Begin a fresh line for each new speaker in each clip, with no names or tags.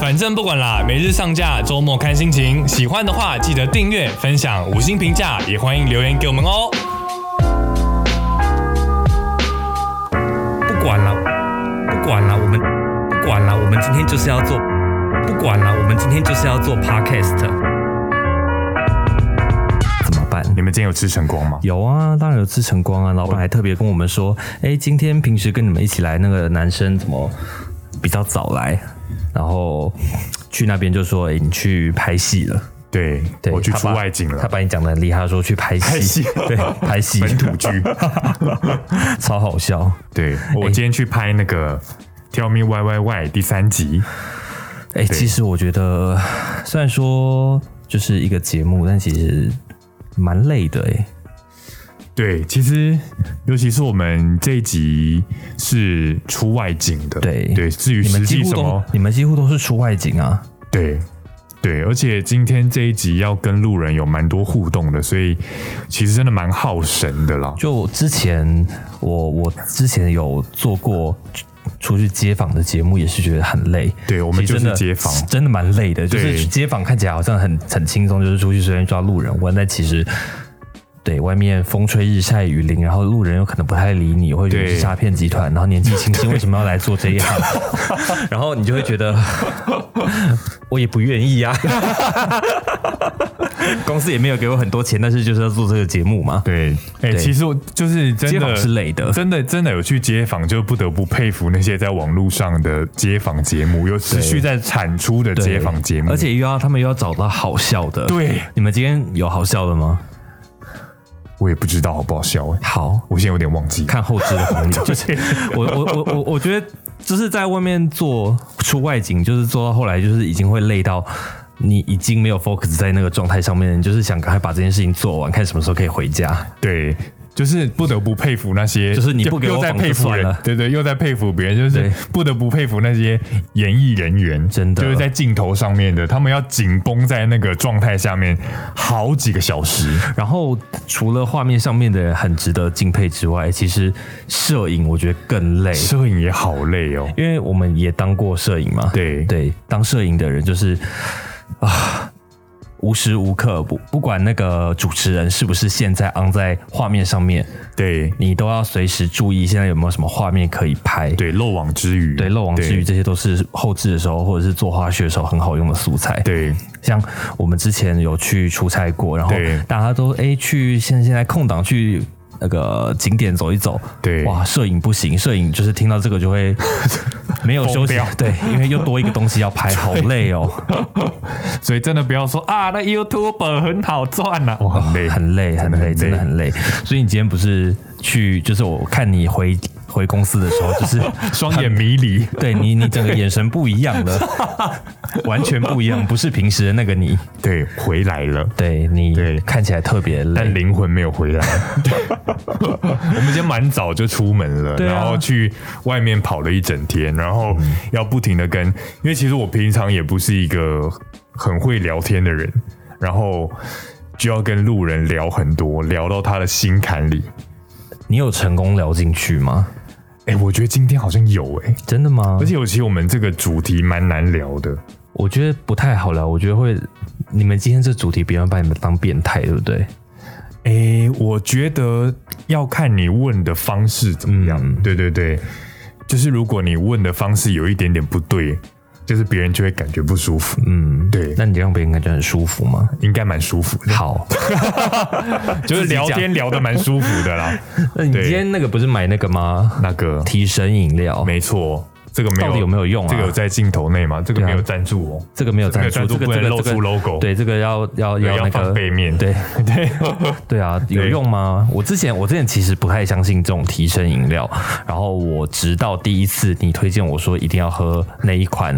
反正不管啦，每日上架，周末看心情。喜欢的话记得订阅、分享、五星评价，也欢迎留言给我们哦。
不管了，不管了，我们不管了，我们今天就是要做，不管了，我们今天就是要做 podcast，怎么办？
你们今天有吃晨光吗？
有啊，当然有吃晨光啊，老板还特别跟我们说，哎，今天平时跟你们一起来那个男生怎么比较早来，然后去那边就说，哎，你去拍戏了。
对，
对
我去
他
出
把
外景
他
了，
把你讲的很厉害，他说去拍戏，
拍戏
对，拍戏，
本土 剧。
超好笑。
对我今天去拍那个《Tell Me Why Why Why》第三集，
哎、其实我觉得，呃虽然说就是一个节目，但其实蛮累的哎、
对，其实尤其是我们这一集是出外景的，
对
对。至于
你
实
们几
际
乎
什
都
么，，
你们几乎都是出外景啊。
对对，而且今天这一集要跟路人有蛮多互动的，所以其实真的蛮耗神的啦。
就之前我我之前有做过出去街访的节目，也是觉得很累。
对我们
其实真的
就是街访
真的蛮累的。就
对
是街访看起来好像很很轻松，就是出去随便抓路人问，但其实。对，外面风吹日晒雨淋，然后路人有可能不太理你，会觉得
对
是诈骗集团，然后年纪轻轻为什么要来做这一行？ 然后你就会觉得 我也不愿意 啊，公司也没有给我很多钱，但是就是要做这个节目嘛。
对，哎、
对
其实我就是真
街
的
访是累的
真的真的有去街访，就不得不佩服那些在网络上的街访节目，有持续在产出的
对
街访节目，
而且又要他们又要找到好笑的。
对
你们今天有好笑的吗？
我也不知道好不好笑哎、
好，
我现在有点忘记。
看后置的 红利。就是我我我我我觉得就是在外面做出外景，就是做到后来就是已经会累到。你已经没有 focus 在那个状态上面，你就是想赶快把这件事情做完，看什么时候可以回家。
对，就是不得不佩服那些，
就是你不给我
又在
仿就
佩服
算
人
了，
对对，又在佩服别人，就是
对
不得不佩服那些演艺人员，
真的
就是在镜头上面的，他们要紧绷在那个状态下面好几个小时。
然后除了画面上面的很值得敬佩之外，其实摄影我觉得更累，
摄影也好累哦，
因为我们也当过摄影嘛。
对
对，当摄影的人就是啊，无时无刻不不管那个主持人是不是现在 on 在画面上面，
对
你都要随时注意现在有没有什么画面可以拍。
对，漏网之鱼，
对，漏网之鱼，这些都是后置的时候或者是做花絮的时候很好用的素材。
对，对
像我们之前有去出差过，然后
对
大家都哎、诶去现现在空档去那个景点走一走，
对
哇，摄影不行，摄影就是听到这个 就会没有休
疯
息
掉，
对，因为又多一个东西要拍，好累哦，
所以真的不要说啊，那 YouTube 很好赚呐、啊，哇， 很累，
很累，很累，
真
真
的
的
很
很累。所以你今天不是去，就是我看你回回公司的时候，就是
双眼迷离。
对你，你整个眼神不一样 了，完全不一样，不是平时的那个你，
对，回来了。
对你
对
看起来特别累，
但灵魂没有回来。 我们今天蛮早就出门了，
对啊嗯
然后去外面跑了一整天，然后要不停的跟，因为其实我平常也不是一个很会聊天的人，然后就要跟路人聊很多，聊到他的心坎里。
你有成功聊进去吗？
哎、我觉得今天好像有哎、
真的吗？
而且尤其我们这个主题蛮难聊的，
我觉得不太好聊，我觉得会，你们今天这主题，别人把你们当变态，对不对？
诶，我觉得要看你问的方式怎么样。
嗯
对对对，就是如果你问的方式有一点点不对，就是别人就会感觉不舒服。
嗯，
对
那你让别人感觉很舒服吗？
应该蛮舒服的，
好，
就是聊天聊得蛮舒服的 啦。
那你
对
今天那个不是买那个吗？
那个，
提神饮料，
没错，这个没
到
有
底有没有用啊？
这个有在镜头内吗？这个
对啊
没有赞助哦。
这个没有赞助，
这
这
个
个
没有赞助不能
这个
露出
这个
logo
对，这个要要
对
要那
放
个
背面，
对
对
对啊，有用吗？我之前我之前其实不太相信这种提神饮料，然后我直到第一次你推荐我说一定要喝那一款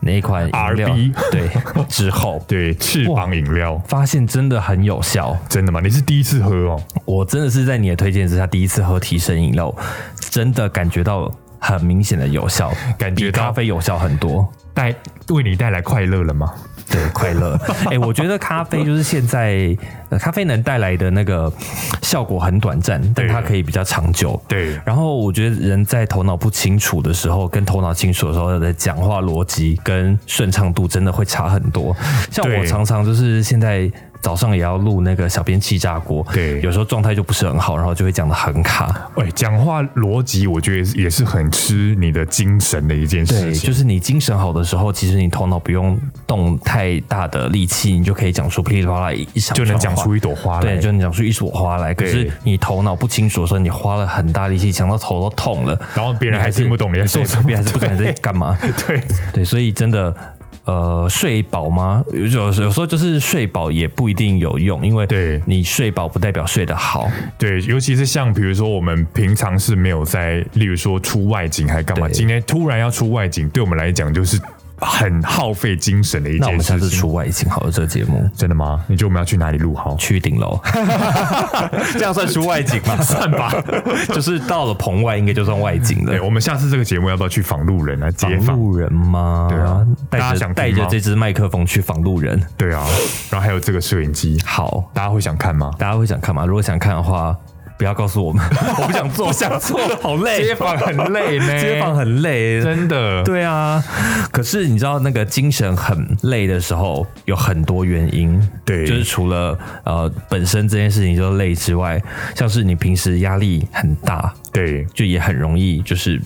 那一款饮料
RB
对之 后。
对，翅膀饮料
发现真的很有效，
真的吗？你是第一次喝哦？
我真的是在你的推荐之下第一次喝提神饮料，真的感觉到很明显的有效，
感觉
比
到
咖啡有效很多。
带为你带来快乐了吗？
对，快乐。 哎、我觉得咖啡就是现在、呃咖啡能带来的那个效果很短暂，但
对
它可以比较长久。
对
然后我觉得人在头脑不清楚的时候，跟头脑清楚的时候的讲话逻辑跟顺畅度真的会差很多。像我
对
常常就是现在早上也要录那个小编气炸锅，
对
有时候状态就不是很好，然后就会讲的很卡。
喂，讲话逻辑，我觉得也是很吃你的精神的一件
对，
事情。
就是你精神好的时候，其实你头脑不用动太大的力气，你就可以讲出噼里啪啦一一小
就能讲
串话
出一朵花来。
对，就你讲出一朵花来。可
对
是你头脑不清楚的时候，你花了很大力气，讲到头都痛了，
然后别人
你
还
是
听不懂你在说
对
什么
别人还是不懂你在 干嘛。
对，
对，所以真的，呃，睡饱吗？有有有时候就是睡饱也不一定有用，因为
对
你睡饱不代表睡得好。
对，尤其是像比如说我们平常是没有在，例如说出外景还干嘛，
对
今天突然要出外景，对我们来讲就是很耗费精神的一
那我
件
们下
事
次
情。
出外景好了，这个节目
真的吗？你觉得我们要去哪里录好？
去 顶楼，这样算出外景吗？ 算吧，就是到了棚外应该就算外景了
对，。我们下次这个节目要不要去访路人来哎啊街
访
访？
路人吗？
对啊大
带
家
着
想听
带着
吗
这支麦克风去访路人，
对啊，然后还有这个摄影机，
好，
大家会想看吗？
大家会想看吗？如果想看的话，不要告诉 我们，我不想做，想做， 好累，
街访很累呢
街访很累，
真的，
对啊。可是你知道，那个精神很累的时候，有很多原因，
对
就是除了呃本身这件事情就累之外，像是你平时压力很大，
对
就也很容易就是。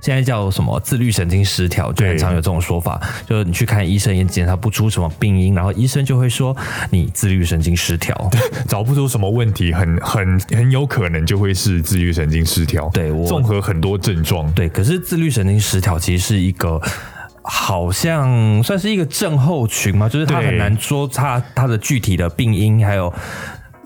现在叫什么自律神经失调，就
对
很常有这种说法，就是你去看医生也检查不出什么病因，然后医生就会说你自律神经失调。
找不出什么问题，很很很有可能就会是自律神经失调。
对我
综合很多症状，
对，可是自律神经失调其实是一个。好像算是一个症候群嘛，就是它
对
很难说它它的具体的病因还有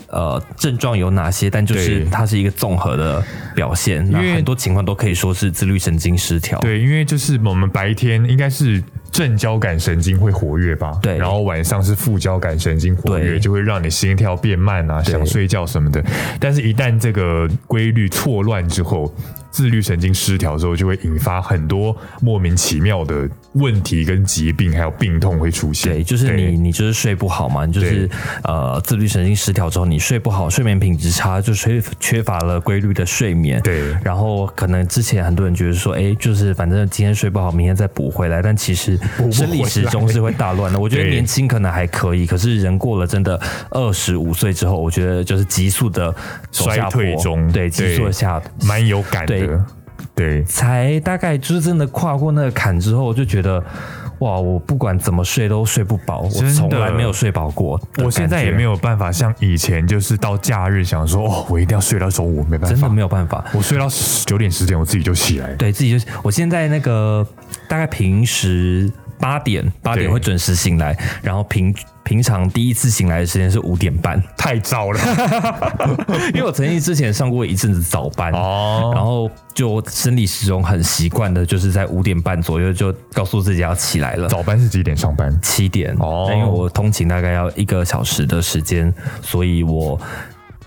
呃症状有哪些，但就是
对
它是一个综合的表现，那
为
很多情况都可以说是自律神经失调。
对，因为就是我们白天应该是正交感神经会活跃吧，
对
然后晚上是副交感神经活
对
跃，就会让你心跳变慢啊，想睡觉什么的。但是，一旦这个规律错乱之后，自律神经失调之后，就会引发很多莫名其妙的问题跟疾病，还有病痛会出现。
对，就是你，你就是睡不好嘛，你就是呃自律神经失调之后，你睡不好，睡眠品质差，就缺缺乏了规律的睡眠。
对
然后可能之前很多人觉得说，哎，就是反正今天睡不好，明天再补回来，但其实
补不
生理
回
时钟
来
是会大乱的。我觉得
对
年轻可能还可以，可是人过了真的二十五岁之后，我觉得就是急速的走
衰
下
退
坡
中
对，急
对
速的下
蛮有感
对
的。对，
才大概就是真的跨过那个坎之后，我就觉得哇，我不管怎么睡都睡不饱，我
真的
从来没有睡饱过。
我现在也没
有，
有办法像以前，就是到假日想说，哦，我一定要睡到中午，没办法，
真的没有办法。
我睡到九点十点，我自己就起 来。
对自己就是，我现在那个大概平时八点八点
对
会准时醒来，然后平平常第一次醒来的时间是五点 半，
太早了。
因为我曾经之前上过一阵子早班
哦，
然后就生理时钟很习惯的，就是在五点半左右就告诉自己要起来了。
早班是几点上班？
七点
哦
但因为我通勤大概要一个小时的时间，所以我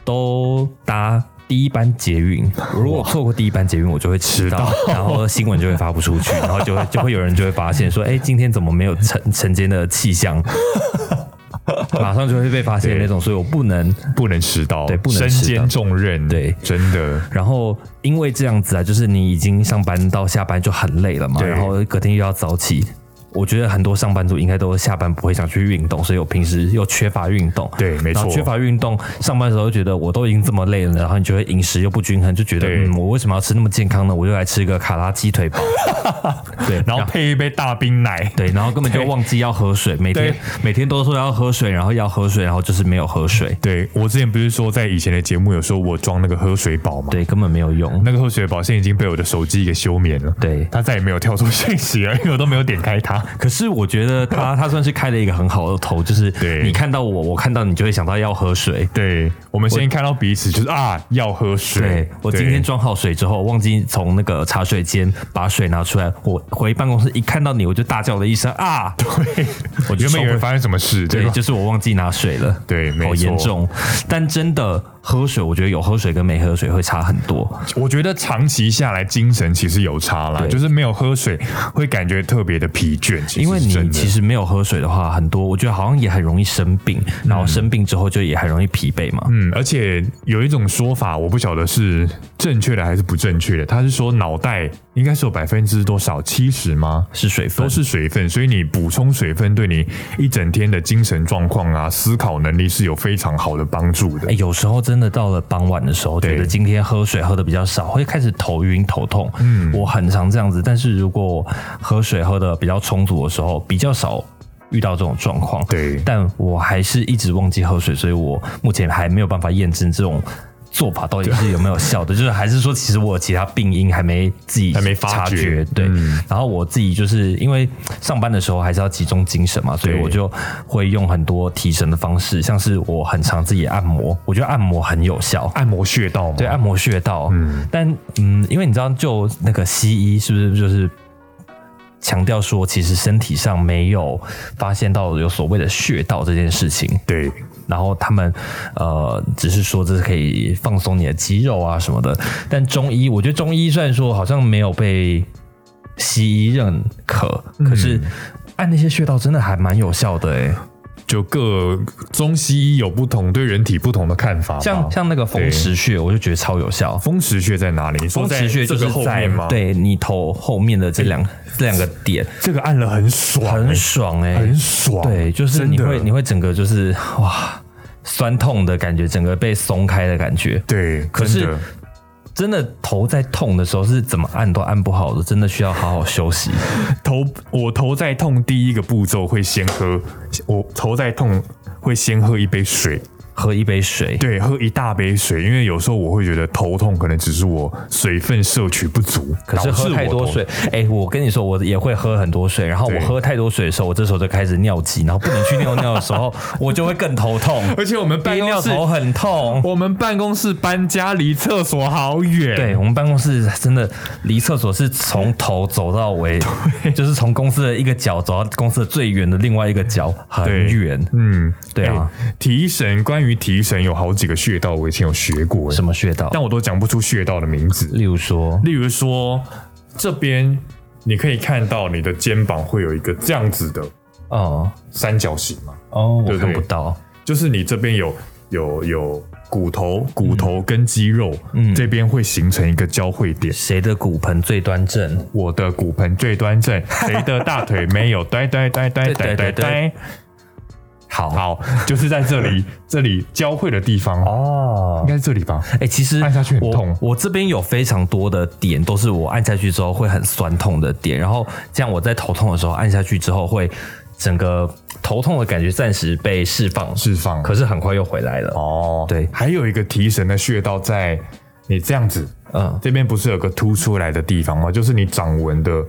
都搭第一班捷运。如果错过第一班捷运，我就会迟到，然后新闻就会发不出去，然后就会就会有人就会发现说，哎、今天怎么没有晨晨间的气 象？马上就会被发现的那种，所以我不能。
不能迟到，
对不能迟到
身兼重任，
对
真的，
然后因为这样子啊，就是你已经上班到下班就很累了嘛，
对
然后隔天又要早起。我觉得很多上班族应该都下班不会想去运动，所以我平时又缺乏运动。
对没错
然后缺乏运动，上班的时候就觉得我都已经这么累了，然后你就会饮食又不均衡，就觉得
对
嗯，我为什么要吃那么健康呢？我就来吃个卡拉鸡腿堡。对，
然后配一杯大冰奶。
对，然后根本就
对
忘记要喝水，每天
对
每天都说要喝水，然后要喝水，然后就是没有喝水，
对我之前不是说在以前的节目有说我装那个喝水宝嘛？
对，根本没有用。
那个喝水宝现在已经被我的手机给休眠了，
对
它再也没有跳出讯息了，因为我都没有点开它。
可是我觉得 他他算是开了一个很好的头，就是
对
你看到我，我看到你就会想到要喝水。
对，我们先看到彼此就是啊，要喝水。
对我今天装好水之后，忘记从那个茶水间把水拿出来，我回办公室一看到你，我就大叫了一声啊！
对，
我
我
就
原本以
收
为
回
发生什么事，
对，
吧？
就是我忘记拿水了，
对没
好严
错
重。但真的喝水，我觉得有喝水跟没喝水会差很多。
我觉得长期下来精神其实有差啦，
对
就是没有喝水会感觉特别的疲倦，卷，其实
因为
是真
你
的
其实没有喝水的话，很多我觉得好像也很容易生病，然后生病之后就也很容易疲惫嘛。
嗯，而且有一种说法，我不晓得是正确的还是不正确的。他是说脑袋应该是有百分之多少七十吗？
是水分
都，是水分，所以你补充水分对你一整天的精神状况啊、思考能力是有非常好的帮助的
哎、。有时候真的到了傍晚的时候，
对
觉得今天喝水喝的比较少，会开始头晕头痛。嗯，我很常这样子，但是如果喝水喝的比较充足的时候，比较少遇到这种状况。，
对，
但我还是一直忘记喝水，所以我目前还没有办法验证这种。做法到底是有没有效的？就是还是说，其实我有其他病因还没自己
还没发
察
觉嗯
对，然后我自己就是因为上班的时候还是要集中精神嘛，所以
对
我就会用很多提神的方式，像是我很常自己按摩，我觉得按摩很有效。
按摩穴道嘛，
对，啊按摩穴道，嗯，但嗯，因为你知道，就那个西医是不是就是强调说，其实身体上没有发现到有所谓的穴道这件事情，
对，
然后他们呃，只是说这是可以放松你的肌肉啊什么的。但中医，我觉得中医虽然说好像没有被西医认可，
嗯
可是按那些穴道真的还蛮有效的欸诶、
就各中西医有不同对人体不同的看法吧。
像像那个风池穴，我就觉得超有效。
风池穴在哪里？你说
风
在
池穴就
这
是
个后
在
面吗？，
对你头后面的这两、这两个点，
这个按了很爽、
很
欸
爽哎、
很爽，
对，就是
真
你
的
会你会整个就是哇酸痛的感觉，整个被松开的感觉。
对，
可
真
是
的
真的头在痛的时候是怎么按都按不好的，真的需要好好休息。
头我头在痛，第一个步骤会先喝，我头在痛会先喝一杯水，
喝一杯水，
对，喝一大杯水，因为有时候我会觉得头痛，可能只是我水分摄取不足，
可是
导致
喝太
我
多
头
水，哎、我跟你说，我也会喝很多水，然后我
对
喝太多水的时候，我这时候就开始尿急，然后不能去尿尿的 时候，我就会更头痛，
而且我们办
憋
公
尿
室，
头很痛。
我们办公室搬家离厕所好远，
对我们办公室真的离厕所是从头走到尾，就是从公司的一个角走到公司的最远的另外一个角，很
对
远。
嗯，
对啊，
哎提神，关于提神有好几个穴道，我以前有学过，欸
什么穴道？
但我都讲不出穴道的名字。
例如说，
例如说，这边你可以看到你的肩膀会有一个这样子的
哦
三角形嘛，
哦，
对
我看
对
不到。
就是你这边有有有骨头、骨头跟肌肉，
嗯
这边会形成一个交汇点。
谁的骨盆最端正？
我的骨盆最端 正，谁的大腿没有？呆呆呆呆呆呆呆，
好，
好，就是在这里，这里交汇的地方，
哦
应，该是这里吧？
哎、其实
按下去很
我
痛
我这边有非常多的点，都是我按下去之后会很酸痛的点，然后这样我在头痛的时候按下去之后，会整个头痛的感觉暂时被释放，
释放。
可是很快又回来了。
哦，
对
还有一个提神的穴道在你这样子，呃
嗯，
这边不是有个凸出来的地方吗？就是你掌纹的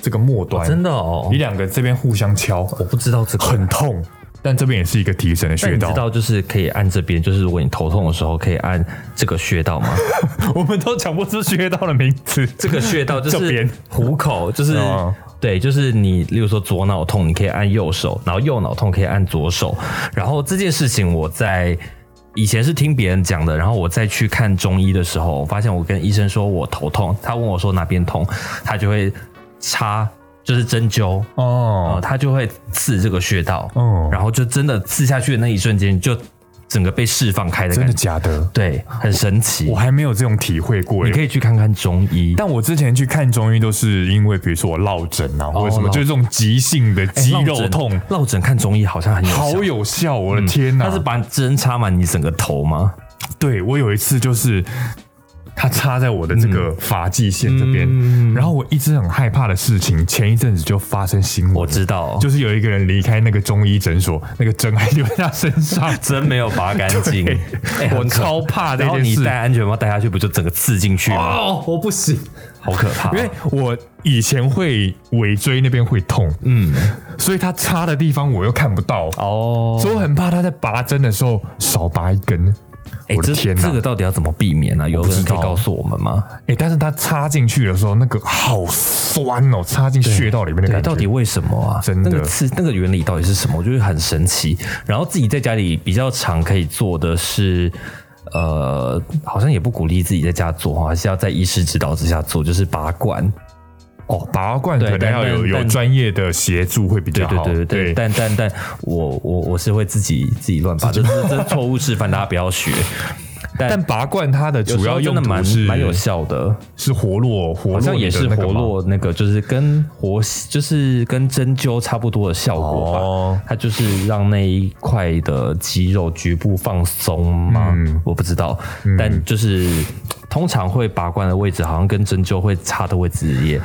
这个末端，
真的哦
你，两个这边互相敲，
我不知道这个。
很痛，但这边也是一个提神的
但
穴
哎你知
道。
道就是可以按这边，就是如果你头痛的时候可以按这个穴道吗？
我们都讲不出穴道的名字，
这个穴道就
这
是
边
虎口，就是
哦
对，就是你，例如说左脑痛，你可以按右手，然后右脑痛可以按左手。然后这件事情我在以前是听别人讲的，然后我再去看中医的时候，我发现我跟医生说我头痛，他问我说哪边痛，他就会插就是针灸。哦、
哦，
他就会刺这个穴道，
哦
然后就真的刺下去的那一瞬间，就整个被释放开的
真
感
的
觉，
假的？
对，很神奇
我。还没有这种体会过
你
耶。
可以去看看中医，
但我之前去看中医都是因为，比如说我落枕啊，或者什么，
哦落
就是这种急性的肌肉痛，
哎落枕落枕看中医好像很有效
好啊有效！我的天哪！
他是把针插满你整个头吗？
对我有一次就是，它插在我的这
嗯
个发际线这边，然后我一直很害怕的事情，前一阵子就发生新闻了，
我知道，。
就是有一个人离开那个中医诊所，那个针还留在他身上
针没有拔干净
对，
哎
我
很可
超怕这
然后
件
你
事
戴安全帽戴下去，不就整个刺进去吗？
哦，我不行，
好可怕！
啊因为我以前会尾椎那边会痛，嗯，所以他插的地方我又看不到，
哦，
所以我很怕他在拔针的时候少拔一根。
哎，
我的
这
天哪！
这个到底要怎么避免呢？有
不知
人可以
道
告诉我们吗？
哎、但是它插进去的时候，那个好酸哦，插进穴道里面的
对，
感觉。
到底为什么啊？
真的
那个刺那个原理到底是什么？我觉得很神奇。然后自己在家里比较常可以做的是。呃，好像也不鼓励自己在家做哈，还是要在医师指导之下做，就是拔罐。
哦，拔罐可能
对
要
但
有
但
有
但
专业的协助会比
对
较
对
好。
对对对，但但但我我我是会自己自己乱拔，这是 这是错误示范，大家不要学。
但
但
拔罐它的
有
主
时
要
候真
用
的
途
蛮
是
蛮有效的，
是活络，活
好
络
像
你
也
的
是
那个
活
吗。
络那个，就是跟活就是跟针灸差不多的效果吧。
哦
它就是让那一块的肌肉局部放松吗？
嗯
我不知道，但就是通常会拔罐的位置，好像跟针灸会插的位置也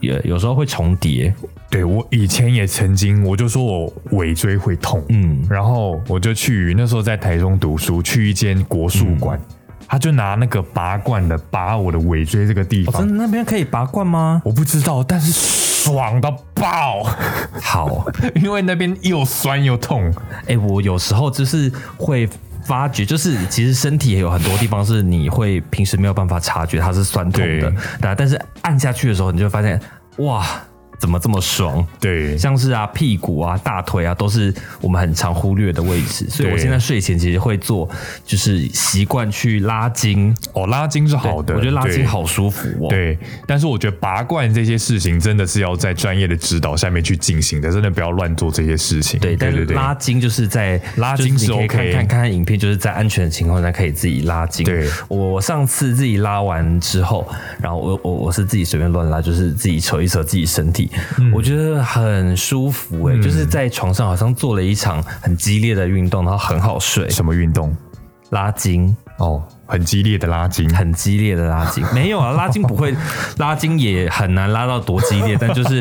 也有时候会重叠。
对我以前也曾经，我就说我尾椎会痛，嗯
嗯，
然后我就去那时候在台中读书，去一间国术馆，
嗯
他就拿那个拔罐的拔我的尾椎这个地
哦，
方，
真的那边可以拔罐吗？
我不知道，但是爽到爆，
好，
因为那边又酸又痛，
哎、我有时候就是会发觉，就是其实身体也有很多地方是你会平时没有办法察觉它是酸痛的
对，
那但是按下去的时候，你就会发现，哇，怎么这么爽？
对，
像是啊屁股啊大腿啊都是我们很常忽略的位置，所以
对
我现在睡前其实会做，就是习惯去拉筋。
哦，拉筋是好的，
我觉得拉筋
对。
好舒服哦。，
对，但是我觉得拔罐这些事情真的是要在专业的指导下面去进行的，真的不要乱做这些事情。
对，但
对
是
对
拉筋就是在
拉
就是
筋是
你可以
OK
看看看看影片，就是在安全的情况下可以自己拉筋。
对
我上次自己拉完之后，然后我我我是自己随便乱拉，就是自己扯一扯自己身体，
嗯
我觉得很舒服诶、就是在床上好像做了一场很激烈的运动，然后很好睡，
什么运动？
拉筋。
哦，很激烈的拉筋，
很激烈的拉 筋，没有啊，拉筋不 会，拉筋也很难拉到多激烈，但 就是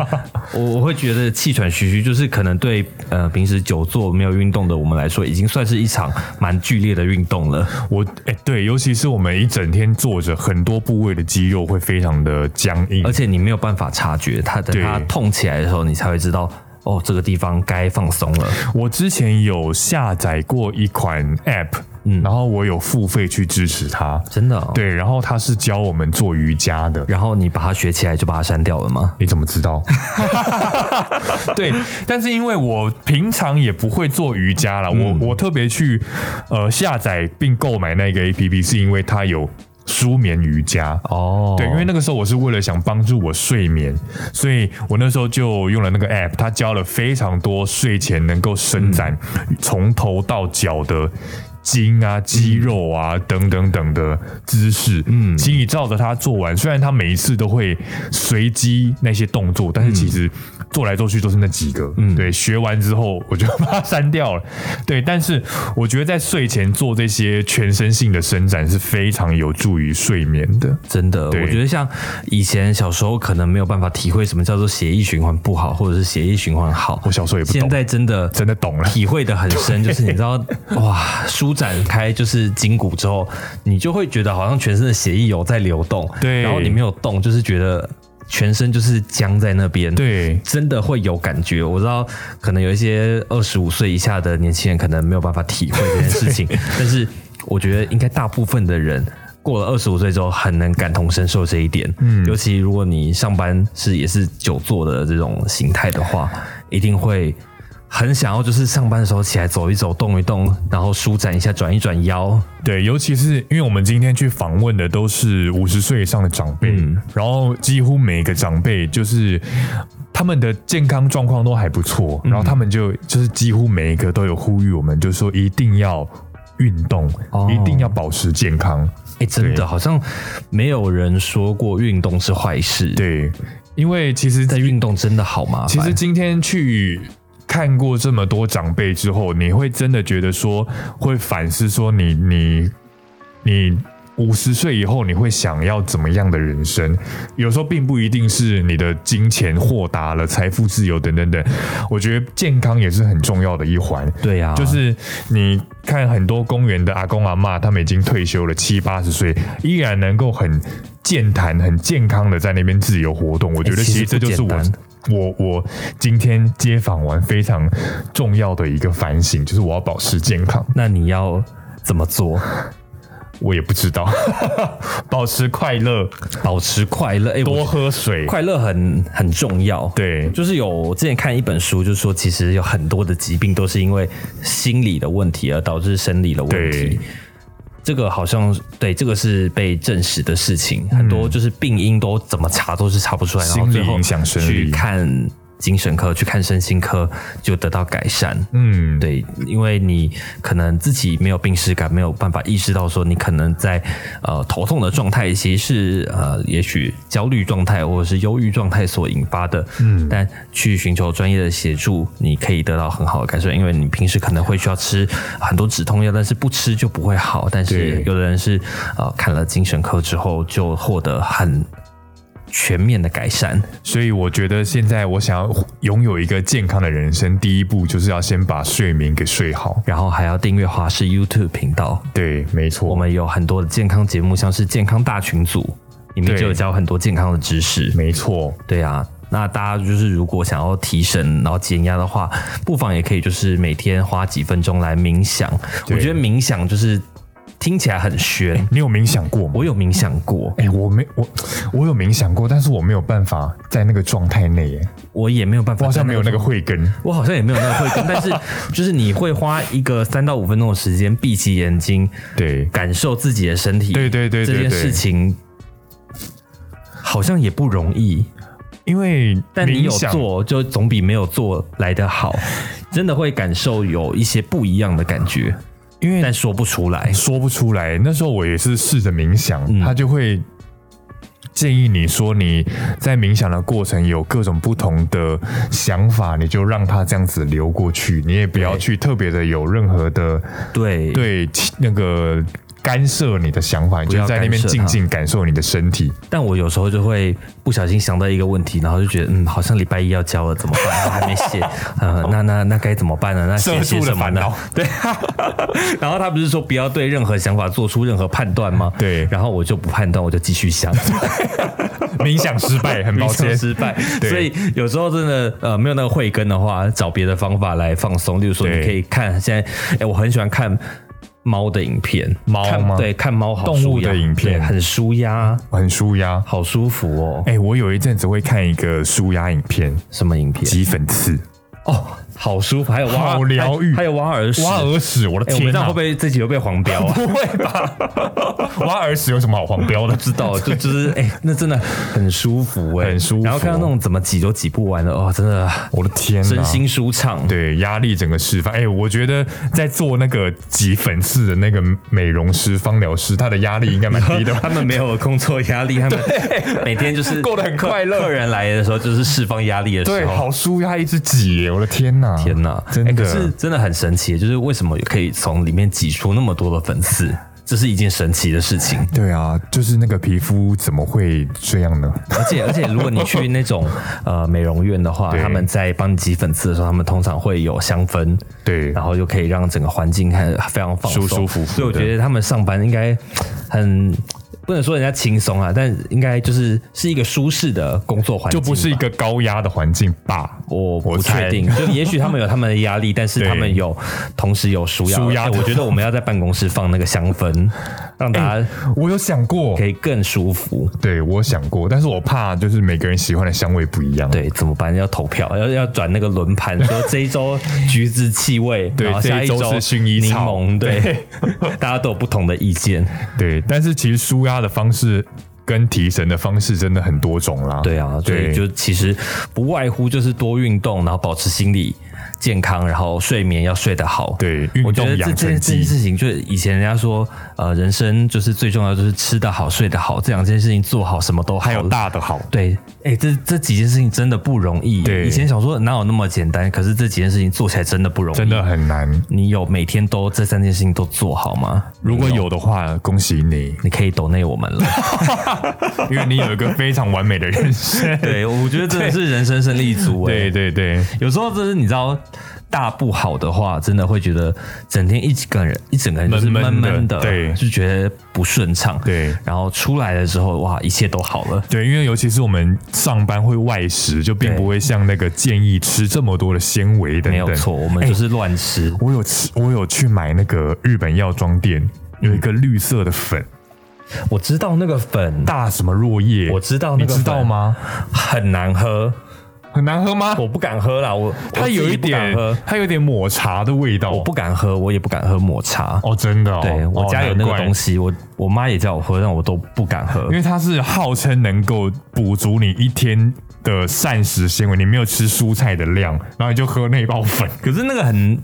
我我会觉得气喘吁吁，就是可能对呃平时久坐没有运动的我们来说，已经算是一场蛮剧烈的运动了。
我哎、对，尤其是我们一整天坐着，很多部位的肌肉会非常的僵硬
而。且你没有办法察觉它，等
对
它痛起来的时候，你才会知道哦，这个地方该放松了。
我之前有下载过一款 App，嗯，然后我有付费去支持它，
真的、哦。
对，然后它是教我们做瑜伽的。
然后你把它学起来，就把它删掉了吗？
你怎么知道？ 对，但是因为我平常也不会做瑜伽啦，我我特别去呃下载并购买那个 A P P，是因为它有舒眠瑜伽
哦，
对，因为那个时候我是为了想帮助我睡眠，所以我那时候就用了那个 app，它教了非常多睡前能够伸展从头到脚的。筋啊、肌肉啊等等等的姿势，嗯，请你照着它做完。虽然它每一次都会随机那些动作，但是其实做来做去都是那几个。嗯，对，学完之后我就把它删掉了。对，但是我觉得在睡前做这些全身性的伸展是非常有助于睡眠的。
真的，
对
我觉得像以前小时候可能没有办法体会什么叫做血液循环不好，或者是血液循环好。
我小时候也不懂
现在真的
真的懂了。
体会的很 深，就是你知道，哇，舒展开就是筋骨之后，你就会觉得好像全身的血液有在流动，
对
然后你没有动，就是觉得全身就是僵在那边，。
对，
真的会有感觉。我知道，可能有一些二十五岁以下的年轻人可能没有办法体会这件事情， 但是我觉得应该大部分的人。过了二十五岁之后，很能感同身受这一点。嗯，尤其如果你上班是也是久坐的这种形态的话，一定会很想要，就是上班的时候起来走一走、动一动，然后舒展一下、转一转腰。
对，尤其是因为我们今天去访问的都是五十岁以上的长辈，
嗯
然后几乎每个长辈就是他们的健康状况都还不错，
嗯
然后他们就就是几乎每一个都有呼吁我们，就说一定要运动，
哦
一定要保持健康。
哎、真
对
的好像没有人说过运动是坏事。，
对，因为其实
但运动真的好麻烦。
其实今天去看过这么多长辈之后，你会真的觉得说，会反思说你你你五十岁以后你会想要怎么样的人生？有时候并不一定是你的金钱豁达了、财富自由等等等。我觉得健康也是很重要的一环。
对啊呀、
就是你看很多公园的阿公阿嬷，他们已经退休了七八十岁，依然能够很健谈、很健康的在那边自由活动。我觉得
欸
其实
其实
这就是
不
我
简单
我我今天接访完非常重要的一个反省，就是我要保持健康。
那你要怎么做？
我也不知道， 保持快乐，
保持快乐，哎、我
多
觉得
喝水。
快乐很很重要。，
对
就是有我之前看一本书，就是说其实有很多的疾病都是因为心理的问题而导致生理的问
对
题。这个好像对，这个是被证实的事情，很多就是病因都怎么查都是查不出来，然后
嗯心理
最后
影响生
去
理
看精神科，去看身心科就得到改善。
嗯，
对，因为你可能自己没有病耻感，没有办法意识到说你可能在呃头痛的状态，其实是呃也许焦虑状态或者是忧郁状态所引发的。嗯，但去寻求专业的协助，你可以得到很好的改善，因为你平时可能会需要吃很多止痛药，但是不吃就不会好。但是
对
有的人是呃看了精神科之后就获得很全面的改善。
所以我觉得现在我想要拥有一个健康的人生，第一步就是要先把睡眠给睡好。
然后还要订阅华视 YouTube 频道，
对，没错，
我们有很多的健康节目，像是健康大群组，里面
对
就有教很多健康的知识。
没错，
对啊，那大家就是如果想要提神，然后减压的话，不妨也可以就是每天花几分钟来冥想。我
对哎
觉得冥想就是听起来很玄，
你有冥想过吗？
我有冥想过，
哎、我没我我有冥想过，但是我没有办法在那个状态内，哎
我也没有办法，
我好像没有那个。慧根。
我好像也没有那个慧根，但是就是你会花一个三到五分钟的时间闭起眼睛，
对，
感受自己的身体，
对对对对
这件
对
事情好像也不容易。
因为
但你有
冥想
做，就总比没有做来 的好，真的会感受有一些不一样的感觉，
因为
但说不出来。
说不出来。那时候我也是试着冥想，
嗯
他就会建议你说你在冥想的过程有各种不同的想法，你就让它这样子流过去，你也不要
对
去特别的有任何的
对，
对那个。干涉你的想法，你
不要
就在那边
干涉它
静静感受你的身体。
但我有时候就会不小心想到一个问题，然后就觉得，嗯，好像礼拜一要交了，怎么办？ 我还没写，呃，那那那该怎么办呢？那写
社
写
畜的
什么
烦
呢
恼？
对，然后他不是说不要对任何想法做出任何判断吗？
对
然后我就不判断，我就继续想。
冥想失 败，很抱
冥想
歉。
失败，
对
所以有时候真的呃没有那个慧根的话，找别的方法来放松。例如说，
对
你可以看现在，哎、我很喜欢看猫的影片，
猫
看
吗
对，看猫好
动物
舒压
的影片
对很舒压，
很舒压。
好舒服哦。
哎、我有一阵子会看一个舒压影片，
什么影片？
挤粉刺，
哦，好舒服，还有挖
好疗愈
还还有挖耳屎。
挖耳屎，我的
哎、我们
天哪、
这样会不会这集会被黄标 啊？
不会 吧？挖耳屎有什么好黄标的？
知道，就就是哎、那真的很舒服哎、
很舒服
然后看到那种怎么挤都挤不完的，哦，真的
我的天、呐！
身心舒畅。
对压力整个释放。哎、我觉得在做那个挤粉刺的那个美容师、芳疗师，他的压力应该蛮 低的吧。
他们没有工作压力，他们每天就是
过得很快乐
客客人来的时候就是释放压力的时
对，
候。
好舒压，一直挤耶，我的天呐！
哦天哪，
真的
哎可是真的很神奇，就是为什么可以从里面挤出那么多的粉刺，这是一件神奇的 事情。
对啊，就是那个皮肤怎么会这样呢？
而且而且，如果你去那种呃美容院的话，
对
他们在帮你挤粉刺的时候，他们通常会有香氛，
对
然后就可以让整个环境看非常放松，
舒舒服服的
所以我觉得他们上班应该很不能说人家轻松啊，但应该就是是一个舒适的工作环境
就
吧，
不是一个高压的环境吧？
我
我
不
猜
确定，就也许他们有他们的压力，但是
对
他们有同时有舒压。
舒压
哎我觉得我们要在办公室放那个香氛，让
哎
大家
我有想过
可，以更舒服。
对我想过，但是我怕就是每个人喜欢的香味不一样。，
对，怎么办？要投票，要要转那个轮盘，说这一周橘子气味，
对
然后下
这一周
周
是薰衣
柠
草
檬，对， 大家都有不同的意见。
对，但是其实舒压的方式跟提神的方式真的很多种啦。
对啊，所以
对
就其实不外乎就是多运动，然后保持心理健康，然后睡眠要睡得好。
对运
我觉
动
得这
养成
这这件
记，
事情，就是以前人家说，呃，人生就是最重要就是吃得好、睡得好，这两件事情做好，什么都好
还有大的好。
对，哎、这这几件事情真的不容易。
对
以前想说哪有那么简单，可是这几件事情做起来真的不容易。
真的，很难，
你有每天都这三件事情都做好吗？
如果有的话，恭喜你，
你可以抖内我们 了。
因为你有一个非常完美的人生。
对，我觉得真的是人生胜利组、哎。
对对对，
有时候就是你知道，大不好的话，真的会觉得整天一个人一整个人就是
闷
闷
闷的
闷的，
对
就觉得不顺畅，
对
然后出来了之后，哇，一切都好了。
对，因为尤其是我们上班会外食，就并
对
不会像那个建议吃这么多的纤维等等。
没有错，我们就是乱吃。
我有吃，我有去买那个日本药妆店有一个绿色的粉，
哎我知道那个粉
大什么落叶，
我知道那
你
个
知道
粉
吗？
很难喝，
很难喝吗？
我不敢喝啦，我
它有一点
我自己不敢喝，
它有点抹茶的味道。
我不敢喝，我也不敢喝抹茶。
哦，真的哦，
对我家有那个东
西，
西，我我妈也叫我喝，但我都不敢喝
因。为它是号称能够补足你一天的膳食纤维，你没有吃蔬菜的量，然后你就喝那一包 粉。
可是那个很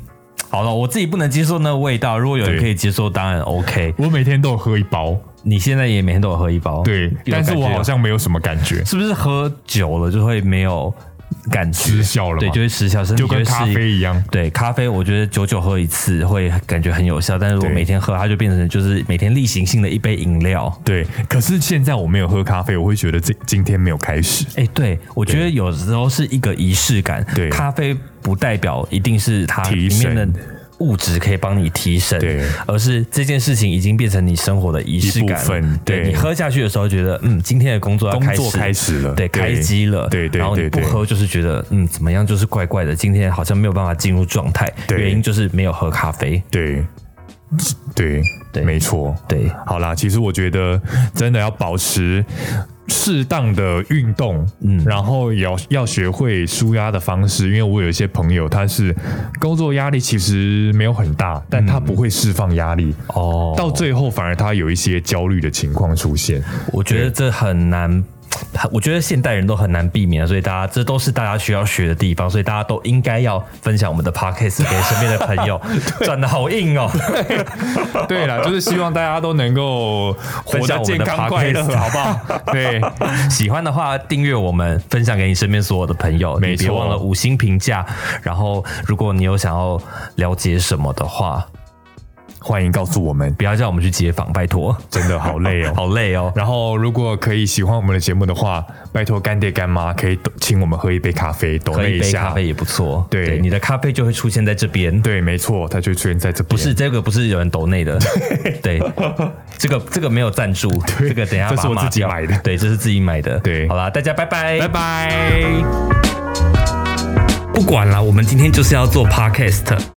好了，我自己不能接受那个味道。如果有人
对
可以接受，当然 OK。
我每天都有喝一包，
你现在也每天都有喝一包，有
对，但是
感
我
觉
好像没有什么感觉，
是不是喝久了就会没有感觉，
失效了嘛
对，就会失效，甚至
就跟咖啡一样。
对咖啡，我觉得久久喝一次会感觉很有效，但是我
对
每天喝，它就变成就是每天例行性的一杯饮料。
对，可是现在我没有喝咖啡，我会觉得这今天没有开始。
哎、对，我觉得有时候是一个仪式感。
对
咖啡不代表一定是它
提
里面的
神
物质可以帮你提神，
对
而是这件事情已经变成你生活的仪式感。
一部分对
你喝下去的时候觉得，嗯，今天的工作要
工
开始
作开始了
对，
对
开机了，
对对
然后你
对
不
对
喝就是觉得，嗯，怎么样就是怪怪的，今天好像没有办法进入状态，
对
原因就是没有喝咖啡。
对，对，
对
没错。
对，
好啦，其实我觉得真的要保持适当的运动，嗯，然后也要要学会舒压的方式。因为我有一些朋友，他是工作压力其实没有很大，但他不会释放压力，
哦，
到最后反而他有一些焦虑的情况出现。
我觉得这很难。我觉得现代人都很难避免，所以大家这都是大家需要学的地方，所以大家都应该要分享我们的 podcast 给身边的朋友。转的好硬哦，
对啦，就是希望大家都能够活得健康快乐，
分享我们的 podcast
好不好？ 对，
喜欢的话订阅我们，分享给你身边所有的朋友。
没
你别
错
忘了五星评价。然后，如果你有想要了解什么的话，
欢迎告诉我们，
不要叫我们去街访，拜托，
真的好累哦。
好累哦。
然后，如果可以喜欢我们的节目的话，拜托干爹干妈可以抖请我们喝一杯咖啡，抖
喝
那
一杯
下
咖。啡也不错，
对
你的咖啡就会出现在这边。
对，没错，它就出现在这边。
不是这个，不是有人抖 内的，对，这个这个没有赞助，这个等一下
这是
把它
我
码
自己
掉
买的
对，这是自己买的，
对
好啦，大家拜拜，
拜拜。
不管啦，我们今天就是要做 podcast。